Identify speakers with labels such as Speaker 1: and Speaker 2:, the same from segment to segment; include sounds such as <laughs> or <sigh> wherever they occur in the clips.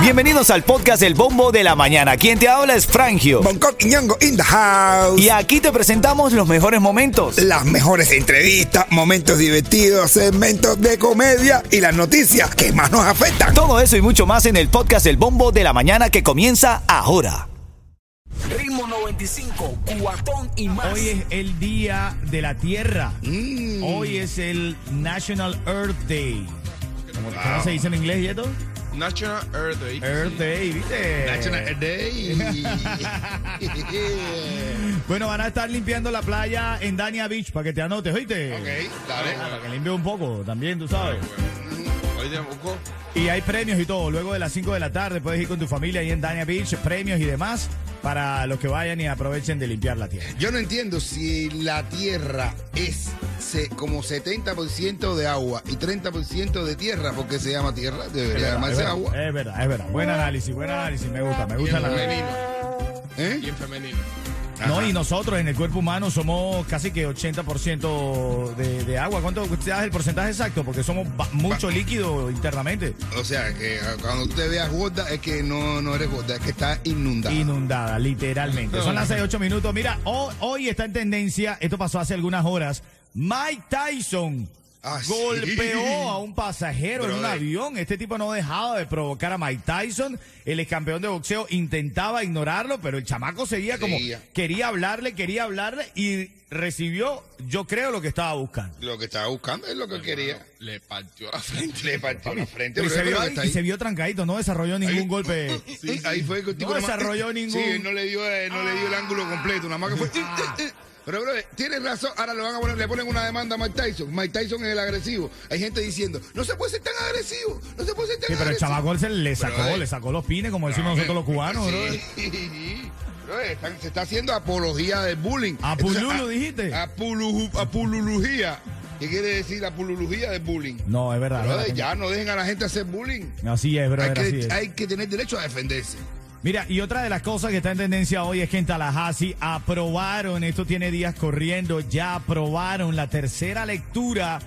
Speaker 1: Bienvenidos al podcast El Bombo de la Mañana. Quien te habla es Frangio.
Speaker 2: Bangkok y Ñongo in the house.
Speaker 1: Y aquí te presentamos los mejores momentos.
Speaker 2: Las mejores entrevistas, momentos divertidos, segmentos de comedia y las noticias que más nos afectan.
Speaker 1: Todo eso y mucho más en el podcast El Bombo de la Mañana que comienza ahora.
Speaker 3: Ritmo 95, cuatón y más.
Speaker 4: Hoy es el Día de la Tierra.
Speaker 5: Mm.
Speaker 4: Hoy es el National Earth Day. ¿Cómo, cómo se dice en inglés, Yeto?
Speaker 5: National Earth Day.
Speaker 4: Earth Day, ¿viste?
Speaker 5: National Earth <laughs> Day.
Speaker 4: Bueno, van a estar limpiando la playa en Dania Beach para que te anotes, ¿oíste?
Speaker 5: ok,
Speaker 4: Para que
Speaker 5: dale.
Speaker 4: limpie un poco también, tú sabes.
Speaker 5: Hoy de Buco.
Speaker 4: Y hay premios y todo. Luego de las 5 de la tarde puedes ir con tu familia ahí en Dania Beach, premios y demás para los que vayan y aprovechen de limpiar la tierra.
Speaker 5: Yo no entiendo si la tierra es se- como 70% de agua y 30% de tierra, porque se llama tierra,
Speaker 4: Es
Speaker 5: debería
Speaker 4: verdad, es
Speaker 5: llamarse
Speaker 4: verdad,
Speaker 5: agua.
Speaker 4: es verdad, es verdad. Buen análisis, buen análisis. Me gusta, me gusta la
Speaker 5: ¿Eh?
Speaker 6: femenino.
Speaker 4: No,
Speaker 5: Ajá.
Speaker 4: y nosotros en el cuerpo humano somos casi que 80% de, de agua. ¿Cuánto te das el porcentaje exacto? Porque somos ba- mucho líquido internamente.
Speaker 5: O sea, que cuando tú te veas gorda es que no, no eres gorda, es que está inundada.
Speaker 4: Inundada, literalmente. Son las 6, 8 minutos. Mira, ho- hoy está en tendencia, esto pasó hace algunas horas, Mike Tyson
Speaker 5: Ah, sí.
Speaker 4: golpeó a un pasajero en un
Speaker 5: Brother.
Speaker 4: avión. Este tipo no dejaba de provocar a Mike Tyson. El ex campeón de boxeo intentaba ignorarlo, pero el chamaco seguía como
Speaker 5: Seguía.
Speaker 4: quería hablarle, quería hablarle y recibió, yo creo, lo que estaba buscando.
Speaker 5: Lo que estaba buscando es lo que quería.
Speaker 6: Le partió la frente.
Speaker 5: Le partió la frente.
Speaker 4: Pero
Speaker 5: pero
Speaker 4: se
Speaker 5: es lo
Speaker 4: vio,
Speaker 5: que
Speaker 4: ahí-
Speaker 5: está
Speaker 4: y
Speaker 5: ahí.
Speaker 4: se vio trancadito, no desarrolló ningún
Speaker 5: Ahí-
Speaker 4: golpe.
Speaker 5: Sí, ahí fue que el tipo
Speaker 4: No
Speaker 5: nomás-
Speaker 4: desarrolló ningún-
Speaker 5: <laughs>
Speaker 4: Ah.
Speaker 5: Sí, no le dio, eh, no le dio el ángulo completo, nada más que fue. eh, Pero, bro, tienes razón, ahora le van a poner, le ponen una demanda a Mike Tyson. Mike Tyson es el agresivo. Hay gente diciendo, no se puede ser tan agresivo, no se puede ser tan
Speaker 4: Sí, pero el
Speaker 5: agresivo.
Speaker 4: chamaco se le sacó,
Speaker 5: Pero, eh,
Speaker 4: le sacó los pines, como decimos nosotros los cubanos, bro.
Speaker 5: <laughs> Sí. Bro, están- se está haciendo apología del bullying.
Speaker 4: A
Speaker 5: Entonces,
Speaker 4: pululu, dijiste.
Speaker 5: A, puluju- a pululujía. ¿Qué quiere decir la pululujía del bullying?
Speaker 4: No, es verdad. es
Speaker 5: Bro,
Speaker 4: verdad que-
Speaker 5: ya no dejen a la gente hacer bullying.
Speaker 4: Así es, brother,
Speaker 5: hay,
Speaker 4: así eh.
Speaker 5: que,
Speaker 4: es.
Speaker 5: hay que tener derecho a defenderse.
Speaker 4: Mira, y otra de las cosas que está en tendencia hoy es que en Tallahassee aprobaron, esto tiene días corriendo, ya aprobaron la tercera lectura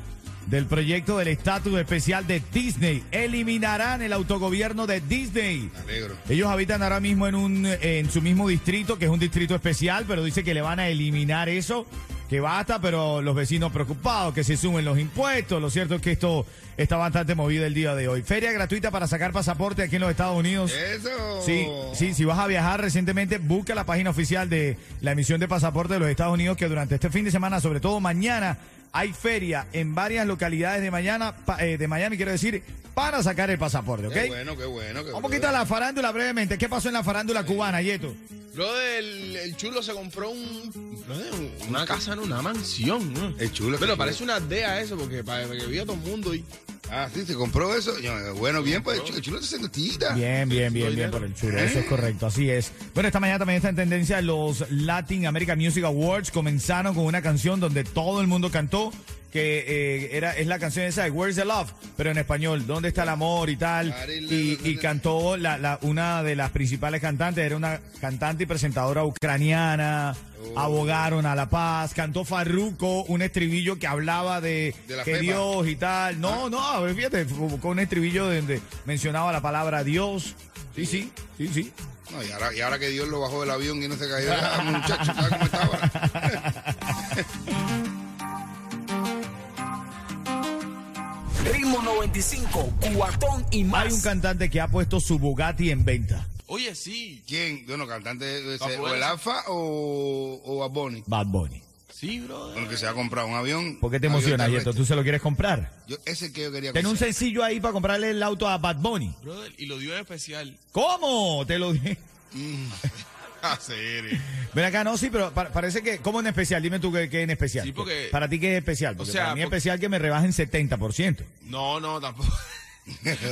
Speaker 4: del proyecto del estatus especial de Disney. Eliminarán el autogobierno de Disney.
Speaker 5: Me alegro.
Speaker 4: Ellos habitan ahora mismo en, un, eh, en su mismo distrito, que es un distrito especial, pero dice que le van a eliminar eso, que basta, pero los vecinos preocupados, que se suben los impuestos. Lo cierto es que esto está bastante movido el día de hoy. Feria gratuita para sacar pasaporte aquí en los Estados Unidos.
Speaker 5: Eso.
Speaker 4: Sí, sí, si vas a viajar recientemente, busca la página oficial de la emisión de pasaporte de los Estados Unidos, que durante este fin de semana, sobre todo mañana, hay feria en varias localidades de, mañana, pa- eh, de Miami, quiero decir, para sacar el pasaporte, ¿ok?
Speaker 5: Qué bueno, qué bueno. Qué
Speaker 4: Vamos a quitar la farándula brevemente. ¿Qué pasó en la farándula cubana, Yeto?
Speaker 6: Brother, el, el chulo se compró un, brother, una casa, no, una mansión. ¿no?
Speaker 5: Es chulo,
Speaker 6: Bueno,
Speaker 5: qué
Speaker 6: parece una aldea eso, porque para que viva todo el mundo. Y,
Speaker 5: Ah, sí, se compró eso. Yo, Bueno, bien, pues el chulo está haciendo tita.
Speaker 4: Bien, bien, bien, bien por el chulo. Eso es correcto, así es. Bueno, esta mañana también está en tendencia los Latin American Music Awards. Comenzaron con una canción donde todo el mundo cantó, que eh, era es la canción esa de Where's the Love, pero en español, ¿dónde está el amor y tal? Y, y cantó la, la- una de las principales cantantes, era una cantante y presentadora ucraniana.
Speaker 5: Oh.
Speaker 4: Abogaron a la paz, cantó Farruko, un estribillo que hablaba de,
Speaker 5: De la Ah.
Speaker 4: que
Speaker 5: pepa.
Speaker 4: Dios Dios y tal. No, no, a ver, fíjate, fue con un estribillo donde mencionaba la palabra Dios. Sí, sí, sí, sí.
Speaker 5: No, y, ahora, y ahora que Dios lo bajó del avión y no se
Speaker 4: <laughs>
Speaker 5: cayó, ah, muchacho, ¿sabes cómo está ahora?
Speaker 3: Ritmo 95, cuatón y más.
Speaker 4: Hay un cantante que ha puesto su Bugatti en venta.
Speaker 6: oye, sí,
Speaker 5: ¿Quién? Bueno, cantante, ese,
Speaker 6: Bad
Speaker 5: o el
Speaker 6: Bunny.
Speaker 5: Alfa o, o Bad Bunny.
Speaker 4: Bad Bunny.
Speaker 6: sí, brother.
Speaker 5: Bueno, que se ha comprado un avión.
Speaker 4: ¿Por qué te
Speaker 5: Avión
Speaker 4: emocionas,
Speaker 5: terrestre.
Speaker 4: Yeto? ¿Tú se lo quieres comprar?
Speaker 5: Yo, ese que yo quería
Speaker 4: Ten un
Speaker 5: comprar.
Speaker 4: sencillo ahí para comprarle el auto a Bad Bunny.
Speaker 6: Brother, y lo dio en especial. <laughs>
Speaker 4: ¿Cómo? Te lo dije.
Speaker 5: Ah, serio.
Speaker 4: Ven acá, no, sí, pero pa- parece que. ¿Cómo en especial? Dime tú qué, qué en especial.
Speaker 6: Sí, porque-
Speaker 4: Para ti, ¿qué es especial? Porque
Speaker 6: sea,
Speaker 4: para mí
Speaker 6: porque-
Speaker 4: especial que me rebajen 70%.
Speaker 6: No, no, tampoco.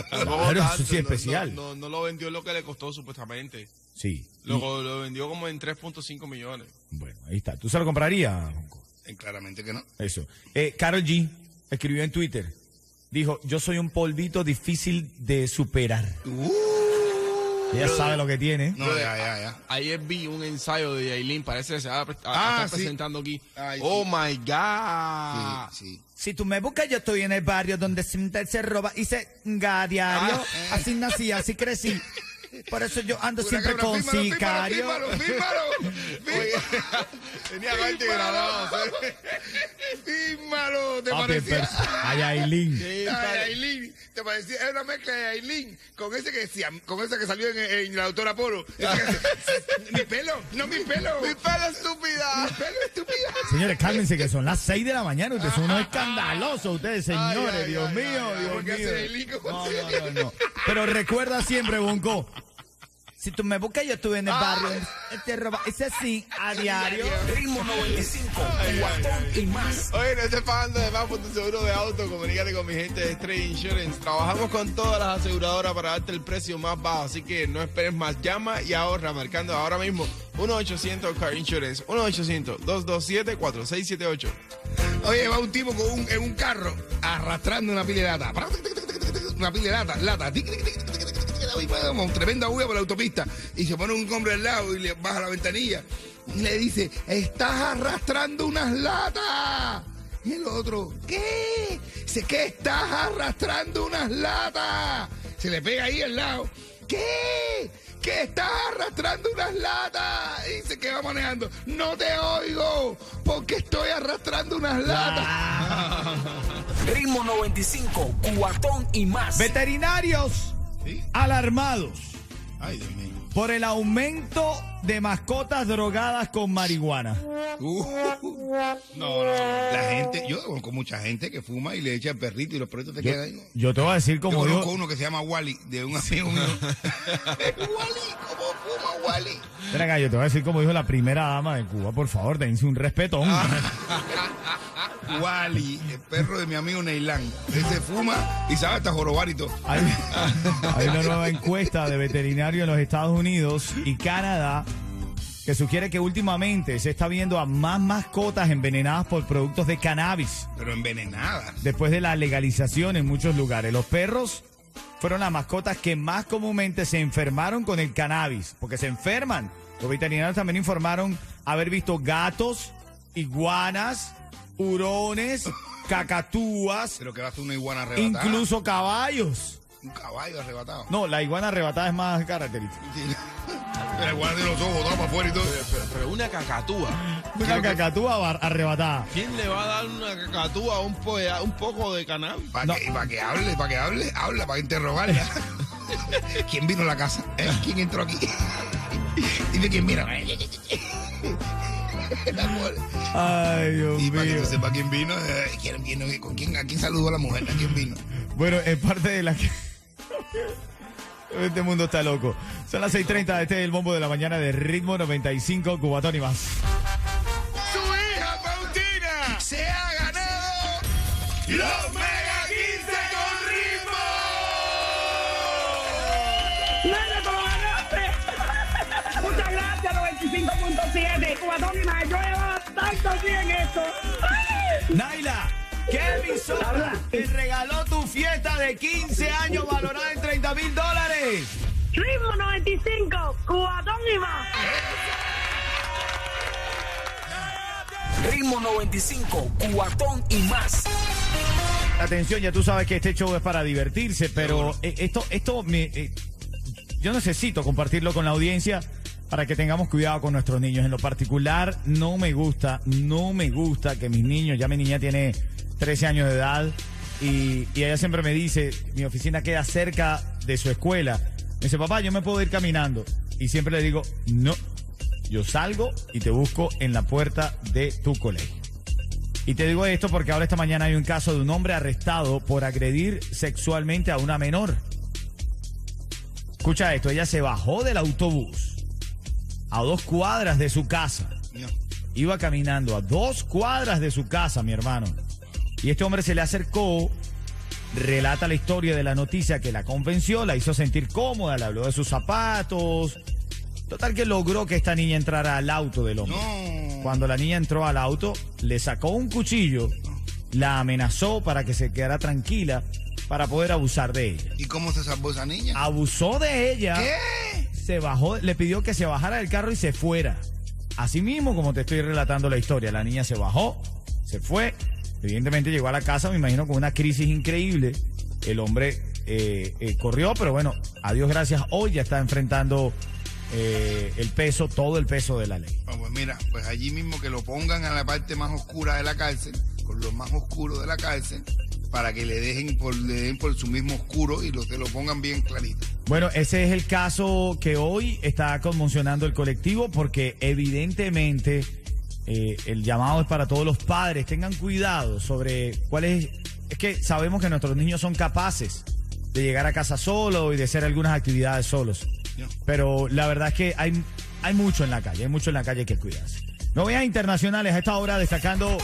Speaker 6: Tampoco
Speaker 4: Claro, eso
Speaker 6: tanto,
Speaker 4: sí es
Speaker 6: no,
Speaker 4: especial.
Speaker 6: No, no, no lo vendió lo que le costó supuestamente.
Speaker 4: Sí.
Speaker 6: Lo, lo vendió como en 3.5 millones.
Speaker 4: Bueno, ahí está. ¿Tú se lo comprarías, Junco?
Speaker 5: Eh, Claramente que no.
Speaker 4: Eso. Eh, Carol G escribió en Twitter.
Speaker 6: Uh.
Speaker 4: Dijo, yo soy un polvito difícil de superar. Ella sabe lo que tiene.
Speaker 5: No, ya, ya, ya.
Speaker 6: Ayer vi un ensayo de Yailin, parece que se va a, pre- a-
Speaker 5: Ah,
Speaker 6: a estar
Speaker 5: sí.
Speaker 6: presentando aquí.
Speaker 5: Ay,
Speaker 6: oh
Speaker 5: sí.
Speaker 6: my God.
Speaker 5: Sí, sí.
Speaker 4: Si tú me buscas, yo estoy en el barrio donde se, se roba y se ga a diario.
Speaker 6: Ah,
Speaker 4: Así nací, así crecí. Por eso yo ando
Speaker 5: Pura
Speaker 4: siempre
Speaker 5: cabra,
Speaker 4: con
Speaker 5: fírmalo,
Speaker 4: sicario.
Speaker 5: fírmalo, Fírmalo, fírmalo,
Speaker 6: <laughs>
Speaker 5: fírmalo.
Speaker 6: Tenía 20 grabados. ¿eh?
Speaker 5: Fírmalo, te
Speaker 4: Papi,
Speaker 5: parecía.
Speaker 4: pers- Ah, Ay, Aileen.
Speaker 6: Sí,
Speaker 5: Ay,
Speaker 6: padre.
Speaker 5: Aileen, te parecía, era una mezcla de Aileen con ese que decía, con esa que salió en, en la doctora Polo. Ese que hacía, mi pelo, no mi pelo, mi
Speaker 6: Mi pelo estúpida.
Speaker 5: pelo estúpida. <laughs>
Speaker 4: Señores, cálmense que son las 6 de la mañana. Ustedes son unos escandalosos, ustedes,
Speaker 5: Ay,
Speaker 4: señores.
Speaker 5: ay,
Speaker 4: Dios
Speaker 5: ay,
Speaker 4: mío,
Speaker 5: ay, ay, ¿por qué
Speaker 4: Dios mío.
Speaker 5: hace Aileen con
Speaker 4: No,
Speaker 5: usted?
Speaker 4: no, no, no. Pero recuerda siempre, Bonco. Si tú me buscas, yo estuve en el barrio.
Speaker 5: Ah.
Speaker 4: Te roba. Es así, a diario.
Speaker 3: Ritmo 95, cuatón y más.
Speaker 6: Oye, no estés pagando de más por tu seguro de auto. Comunícate con mi gente de Stray Insurance. Trabajamos con todas las aseguradoras para darte el precio más bajo. Así que no esperes más. Llama y ahorra marcando ahora mismo 1-800-CAR Insurance. 1-800-227-4678.
Speaker 5: Oye, va un tipo con un, en un carro arrastrando una pila de lata. Una pila de lata, lata. Con tremenda huella por la autopista. Y se pone un hombre al lado y le baja la ventanilla. Y le dice, estás arrastrando unas latas. Y el otro, ¿qué? Dice, ¿qué estás arrastrando unas latas? Se le pega ahí al lado. ¿Qué? ¿Qué estás arrastrando unas latas? Y dice que va manejando. No te oigo porque estoy arrastrando unas latas.
Speaker 4: Ah.
Speaker 3: Ritmo 95, cuatón y más.
Speaker 4: Veterinarios
Speaker 5: Sí.
Speaker 4: alarmados
Speaker 5: Ay, Dios mío.
Speaker 4: por el aumento de mascotas drogadas con marihuana.
Speaker 5: no, no, no. La gente, yo conozco mucha gente que fuma y le echa el perrito y los perritos te quedan ahí. ¿no?
Speaker 4: Yo te voy a decir
Speaker 5: Yo
Speaker 4: como
Speaker 5: conozco
Speaker 4: dijo-
Speaker 5: uno que se llama Wally, de un
Speaker 4: <laughs>
Speaker 5: amigo mío. Wally, ¿cómo fuma Wally?
Speaker 4: Ven acá, yo te voy a decir como dijo la primera dama de Cuba, por favor, dense un respetón.
Speaker 5: Ah. Wally, el perro de mi amigo Neilán. Ese fuma y sabe hasta jorobar y todo.
Speaker 4: Hay, hay una nueva encuesta de veterinarios en los Estados Unidos y Canadá que sugiere que últimamente se está viendo a más mascotas envenenadas por productos de cannabis
Speaker 5: Pero envenenada.
Speaker 4: después de la legalización en muchos lugares. Los perros fueron las mascotas que más comúnmente se enfermaron con el cannabis, porque se enferman. Los veterinarios también informaron haber visto gatos, iguanas, hurones, cacatúas,
Speaker 5: Pero que va a ser una iguana arrebatada.
Speaker 4: incluso caballos.
Speaker 5: Un caballo arrebatado. <laughs>
Speaker 4: No, la iguana arrebatada es más característica.
Speaker 5: Pero igual de los ojos, todo para afuera y todo.
Speaker 6: Pero una cacatúa.
Speaker 4: Una cacatúa bar- arrebatada.
Speaker 6: ¿Quién le va a dar una cacatúa a un, po- a un poco de cannabis?
Speaker 5: Para
Speaker 4: No.
Speaker 5: que, pa' que hable, para que hable, habla, para interrogarla. <laughs> ¿Quién vino a la casa? ¿Eh? ¿Quién entró aquí? <laughs> Dime quién vino. La mujer.
Speaker 4: Ay, Dios
Speaker 5: y para que
Speaker 4: mío.
Speaker 5: tú sepas quién vino, eh, ¿quién vino? ¿Con quién, ¿a quién saludó la mujer? ¿A quién vino?
Speaker 4: Bueno, es parte de la que... <laughs> Este mundo está loco. Son las 6.30, este es el bombo de la mañana de ritmo 95, Cubatón y más.
Speaker 5: ¡Su hija Faustina se ha ganado los Mega 15 con ritmo!
Speaker 7: ¡Nada, te lo ganaste! <laughs> Muchas gracias, 95.7. Cubatón y más, yo llevaba tanto bien esto. ¡Ay!
Speaker 4: Naila, ¿qué emisora te regaló tu fiesta de 15 años valorada en 30 mil dólares?
Speaker 7: Ritmo 95, Cubatón y más.
Speaker 3: Ritmo 95, cuatón y más.
Speaker 4: Atención, ya tú sabes que este show es para divertirse, pero eh, esto, esto me, eh, yo necesito compartirlo con la audiencia para que tengamos cuidado con nuestros niños. En lo particular, no me gusta, no me gusta que mis niños, ya mi niña tiene 13 años de edad y, y ella siempre me dice, mi oficina queda cerca de su escuela. Me dice, papá, yo me puedo ir caminando. Y siempre le digo, no, yo salgo y te busco en la puerta de tu colegio. Y te digo esto porque ahora esta mañana hay un caso de un hombre arrestado por agredir sexualmente a una menor. Escucha esto, ella se bajó del autobús a dos cuadras de su casa. Iba caminando a dos cuadras de su casa, mi hermano. Y este hombre se le acercó, relata la historia de la noticia que la convenció, la hizo sentir cómoda, le habló de sus zapatos. Total que logró que esta niña entrara al auto del hombre. Cuando la niña entró al auto, le sacó un cuchillo, la amenazó para que se quedara tranquila para poder abusar de ella.
Speaker 5: ¿Y cómo se salvó esa niña?
Speaker 4: Abusó de ella
Speaker 5: ¿Qué?
Speaker 4: se bajó, le pidió que se bajara del carro y se fuera. Así mismo, como te estoy relatando la historia, la niña se bajó, se fue, evidentemente llegó a la casa, me imagino, con una crisis increíble. El hombre eh, eh, corrió, pero bueno, a Dios gracias, hoy ya está enfrentando eh, el peso, todo el peso de la ley.
Speaker 5: Ah, pues mira, pues allí mismo que lo pongan a la parte más oscura de la cárcel, con los más oscuros de la cárcel, para que le dejen por, le den por su mismo oscuro y lo, que lo pongan bien clarito.
Speaker 4: Bueno, ese es el caso que hoy está conmocionando el colectivo porque evidentemente eh, el llamado es para todos los padres. Tengan cuidado sobre cuál es... Es que sabemos que nuestros niños son capaces de llegar a casa solos y de hacer algunas actividades solos.
Speaker 5: Ya.
Speaker 4: Pero la verdad es que hay, hay mucho en la calle, hay mucho en la calle que cuidarse. Novedades internacionales a esta hora destacando...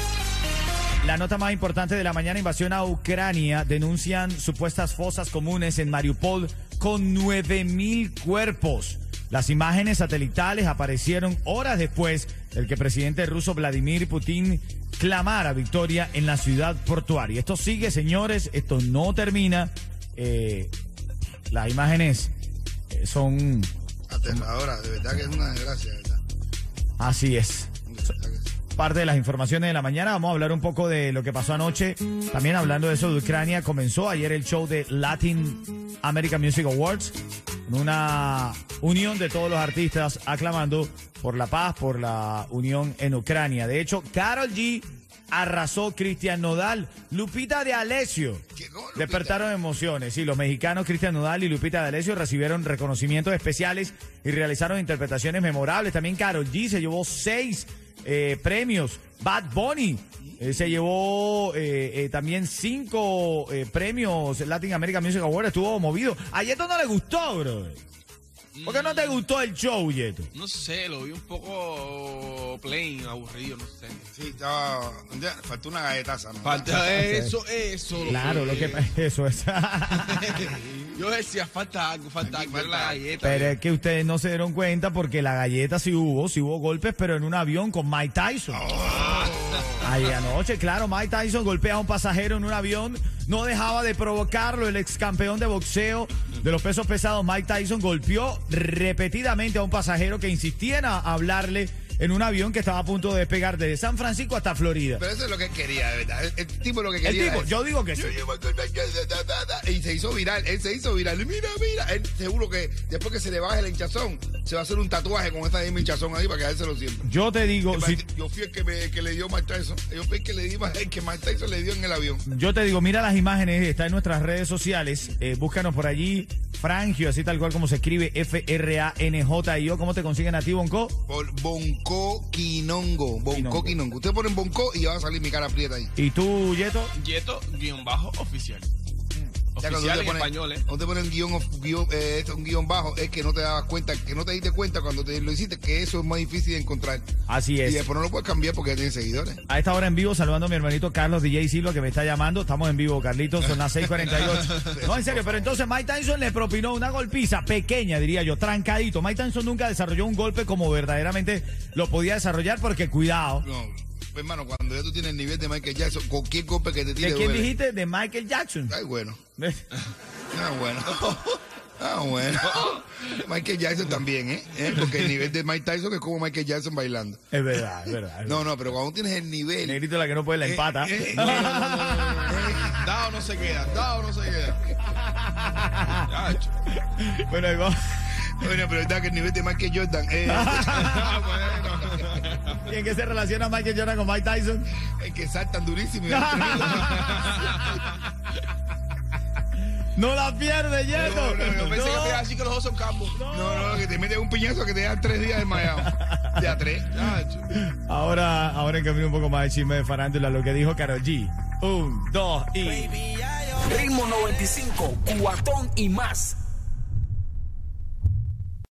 Speaker 4: La nota más importante de la mañana, invasión a Ucrania, denuncian supuestas fosas comunes en Mariupol con 9.000 cuerpos. Las imágenes satelitales aparecieron horas después del que el presidente ruso Vladimir Putin clamara victoria en la ciudad portuaria. Esto sigue, señores, esto no termina. Eh, las imágenes eh, son...
Speaker 5: Aterradora, de verdad que es una desgracia, de ¿verdad?
Speaker 4: Así es.
Speaker 5: De verdad que sí.
Speaker 4: parte de las informaciones de la mañana. Vamos a hablar un poco de lo que pasó anoche. También hablando de eso de Ucrania, comenzó ayer el show de Latin American Music Awards, en una unión de todos los artistas aclamando por la paz, por la unión en Ucrania. De hecho, Carol G arrasó Cristian Nodal, Lupita de Alessio.
Speaker 5: ¿Qué gol, Lupita?
Speaker 4: Despertaron emociones. Sí, los mexicanos Cristian Nodal y Lupita de Alessio recibieron reconocimientos especiales y realizaron interpretaciones memorables. También Carol G se llevó seis eh, premios. Bad Bunny eh, se llevó eh, eh, también cinco eh, premios Latin American Music Awards. Estuvo movido. A Yeto no le gustó, bro. ¿Por qué no te gustó el show, Yeto?
Speaker 6: No sé, lo vi un poco plain, aburrido, no sé.
Speaker 5: Sí, estaba. ya, faltó una galletaza, ¿no?
Speaker 6: Falta eso, eso.
Speaker 4: Claro, lo que
Speaker 6: pasa.
Speaker 4: <laughs> eso es.
Speaker 6: <laughs> Yo decía, falta algo, falta
Speaker 5: Aquí
Speaker 6: algo, era la
Speaker 5: falta-
Speaker 6: galleta.
Speaker 4: Pero es que ustedes no se dieron cuenta porque la galleta sí hubo, sí hubo golpes, pero en un avión con Mike Tyson.
Speaker 5: Oh.
Speaker 4: Ahí anoche, claro, Mike Tyson golpea a un pasajero en un avión, no dejaba de provocarlo. El ex campeón de boxeo de los pesos pesados, Mike Tyson, golpeó repetidamente a un pasajero que insistía en a- hablarle en un avión que estaba a punto de despegar desde San Francisco hasta Florida.
Speaker 5: Pero eso es lo que quería, de verdad. El, el tipo lo que
Speaker 4: El
Speaker 5: quería.
Speaker 4: tipo,
Speaker 5: es-
Speaker 4: yo digo que sí.
Speaker 5: Yo llevo el golpe, yo- da, da, da, da. Y se hizo viral, él se hizo viral. Mira, mira. Él seguro que después que se le baje la hinchazón, se va a hacer un tatuaje con esta misma hinchazón ahí para quedárselo siempre.
Speaker 4: Yo te digo, si,
Speaker 5: Yo fui el que, me- que le dio Mike Tyson. Yo fui el que le di el que Mike Tyson le dio en el avión.
Speaker 4: Yo te digo, mira las imágenes, está en nuestras redes sociales, eh, búscanos por allí, Frangio, así tal cual como se escribe, F-R-A-N-J-I-O, ¿cómo te consiguen a ti, Bonco?
Speaker 5: Por Bonco Quinongo.
Speaker 4: Quinongo.
Speaker 5: Bonco Quinongo. Usted pone Bonco y ya va a salir mi cara aprieta ahí.
Speaker 4: ¿Y tú, Yeto?
Speaker 6: Yeto, guión bajo, oficial.
Speaker 5: Ya cuando
Speaker 6: Oficial
Speaker 5: usted
Speaker 6: en
Speaker 5: pone-
Speaker 6: español, ¿eh?
Speaker 5: cuando te pone un guión, of- guión, eh, esto, un guión bajo, es que no te dabas cuenta, que no te diste cuenta cuando te lo hiciste, que eso es más difícil de encontrar.
Speaker 4: Así
Speaker 5: Y
Speaker 4: es.
Speaker 5: después no lo puedes cambiar porque ya tienes seguidores.
Speaker 4: A esta hora en vivo, saludando a mi hermanito Carlos DJ Silva, que me está llamando. Estamos en vivo, Carlitos, son las
Speaker 5: <laughs>
Speaker 4: 6.48. No, en serio, pero entonces Mike Tyson le propinó una golpiza pequeña, diría yo, trancadito. Mike Tyson nunca desarrolló un golpe como verdaderamente lo podía desarrollar, porque cuidado.
Speaker 5: No, pues, hermano, cuando ya tú tienes el nivel de Michael Jackson, cualquier golpe que te tire
Speaker 4: ¿De quién
Speaker 5: duele.
Speaker 4: dijiste? De Michael Jackson. <laughs>
Speaker 5: Ay, bueno. Ah, bueno. <laughs> Ah, bueno. Michael Jackson también, ¿eh? ¿Eh? Porque el nivel de Mike Tyson es como Michael Jackson bailando.
Speaker 4: Es verdad, es verdad. es
Speaker 5: No, no, pero cuando tienes el nivel...
Speaker 4: Negrito la que no puede la empata. <laughs>
Speaker 5: Eh, eh, no, no, no, no, no, no, no.
Speaker 6: Dado no se queda, dado no se queda. <laughs> Chacho.
Speaker 4: bueno, ahí vamos.
Speaker 5: Bueno, pero verdad que el nivel de Michael Jordan es <laughs>
Speaker 6: Ah, bueno.
Speaker 4: ¿Y en qué se relaciona Michael Jordan con Mike
Speaker 5: <laughs>
Speaker 4: Tyson?
Speaker 5: el que saltan durísimo. y-
Speaker 4: No la pierde, Yeto.
Speaker 5: No, no, no,
Speaker 6: Yo pensé que te iba a decir que los dos son campos.
Speaker 5: <laughs> No, no, que te meten un piñazo que te dejan tres días desmayado. De a tres. Ah,
Speaker 6: Chacho.
Speaker 4: Ahora, ahora en camino un poco más de chisme de farándula, lo que dijo Karol G. Un, dos y.
Speaker 3: Ritmo 95, cuatón y más.